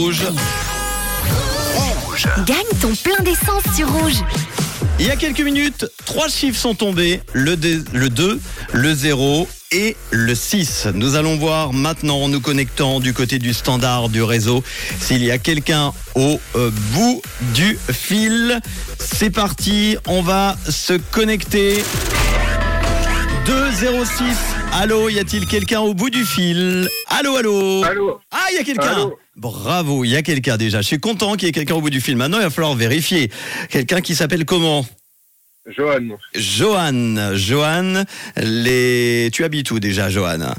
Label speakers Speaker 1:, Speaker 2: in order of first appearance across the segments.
Speaker 1: Rouge.
Speaker 2: Gagne ton plein d'essence sur rouge.
Speaker 1: Il y a quelques minutes, trois chiffres sont tombés, le, dé- le 2, le 0 et le 6. Nous allons voir maintenant en nous connectant du côté du standard du réseau s'il y a quelqu'un au euh, bout du fil. C'est parti, on va se connecter. 206. Allô, y a-t-il quelqu'un au bout du fil Allô, allô
Speaker 3: Allô
Speaker 1: Ah, il y a quelqu'un
Speaker 3: Allô
Speaker 1: Bravo, il y a quelqu'un déjà. Je suis content qu'il y ait quelqu'un au bout du fil. Maintenant, il va falloir vérifier. Quelqu'un qui s'appelle comment
Speaker 3: Johan,
Speaker 1: Johan. Johan, les... tu habites où déjà, Johan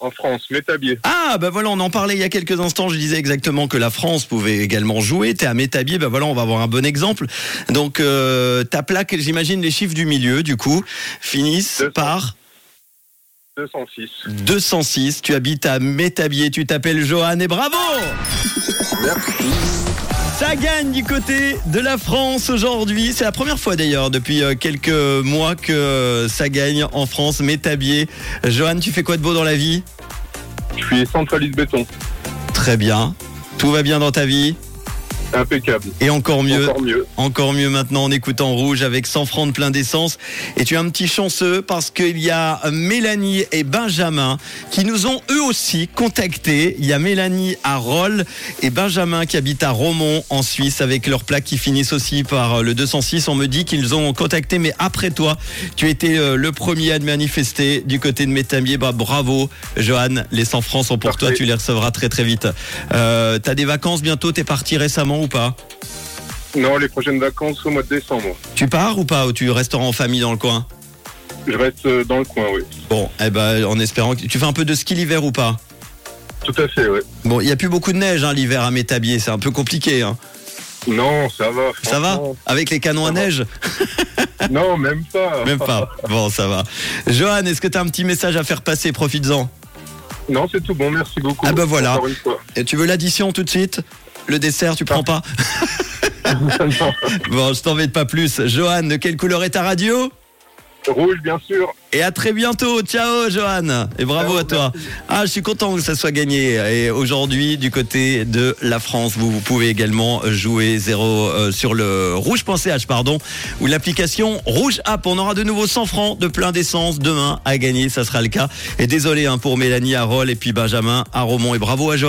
Speaker 3: en France, Métabier.
Speaker 1: Ah, ben voilà, on en parlait il y a quelques instants. Je disais exactement que la France pouvait également jouer. T'es à Métabier, ben voilà, on va avoir un bon exemple. Donc, euh, ta plaque, j'imagine les chiffres du milieu, du coup, finissent
Speaker 3: 200.
Speaker 1: par
Speaker 3: 206.
Speaker 1: 206. Tu habites à Métabier, tu t'appelles Johan et bravo Ça gagne du côté de la France aujourd'hui. C'est la première fois d'ailleurs depuis euh, quelques mois que euh, ça gagne en France. Métabier. Johan, tu fais quoi de beau dans la vie
Speaker 3: Je suis centraliste béton.
Speaker 1: Très bien. Tout va bien dans ta vie
Speaker 3: Impeccable.
Speaker 1: et encore mieux,
Speaker 3: Encore mieux.
Speaker 1: encore mieux maintenant en écoutant Rouge avec 100 francs de plein d'essence. Et tu es un petit chanceux parce qu'il y a Mélanie et Benjamin qui nous ont eux aussi contactés. Il y a Mélanie à Rolle et Benjamin qui habite à Romont en Suisse avec leurs plaques qui finissent aussi par euh, le 206. On me dit qu'ils ont contacté, mais après toi, tu étais euh, le premier à te manifester du côté de Métamier. Bah, bravo, Johan. Les 100 francs sont pour toi.
Speaker 3: Parfait.
Speaker 1: Tu les recevras très très vite. Euh, T'as des vacances bientôt T'es parti récemment ou pas
Speaker 3: Non, les prochaines vacances au mois de décembre.
Speaker 1: tu pars ou pas ou tu resteras en famille dans le coin
Speaker 3: Je reste euh, dans le coin, oui.
Speaker 1: Bon, eh ben, en espérant que tu fais un peu de ski l'hiver ou pas
Speaker 3: Tout à fait, oui.
Speaker 1: Bon, il y a plus beaucoup de neige hein, l'hiver à Métabier, c'est un peu compliqué. hein.
Speaker 3: Non, ça va.
Speaker 1: Ça va
Speaker 3: franchement.
Speaker 1: Avec les canons à
Speaker 3: Ça va.
Speaker 1: neige
Speaker 3: Non, même pas.
Speaker 1: Même pas. Bon, ça va. Johan, est-ce que tu as un petit message à faire passer Profites-en.
Speaker 3: Non, c'est tout bon, merci beaucoup.
Speaker 1: Ah bah voilà.
Speaker 3: Encore une fois.
Speaker 1: Et tu veux l'addition tout de suite Le dessert, tu prends pas
Speaker 3: Non.
Speaker 1: Bon, je t'embête pas plus. Johan, de quelle couleur est ta radio
Speaker 3: Rouge, bien sûr.
Speaker 1: Et à très bientôt. Ciao, Johan. Et bravo
Speaker 3: Ciao,
Speaker 1: à toi. Ah, je suis content que ça soit gagné. Et aujourd'hui, du côté de la France, vous, vous pouvez également jouer 0 euh, sur le rouge.ch, pardon, ou l'application Rouge App. On aura de nouveau 100 francs de plein d'essence demain à gagner. Ça sera le cas. Et désolé hein, pour Mélanie à Rolle et puis Benjamin à Romont. Et bravo à Johan.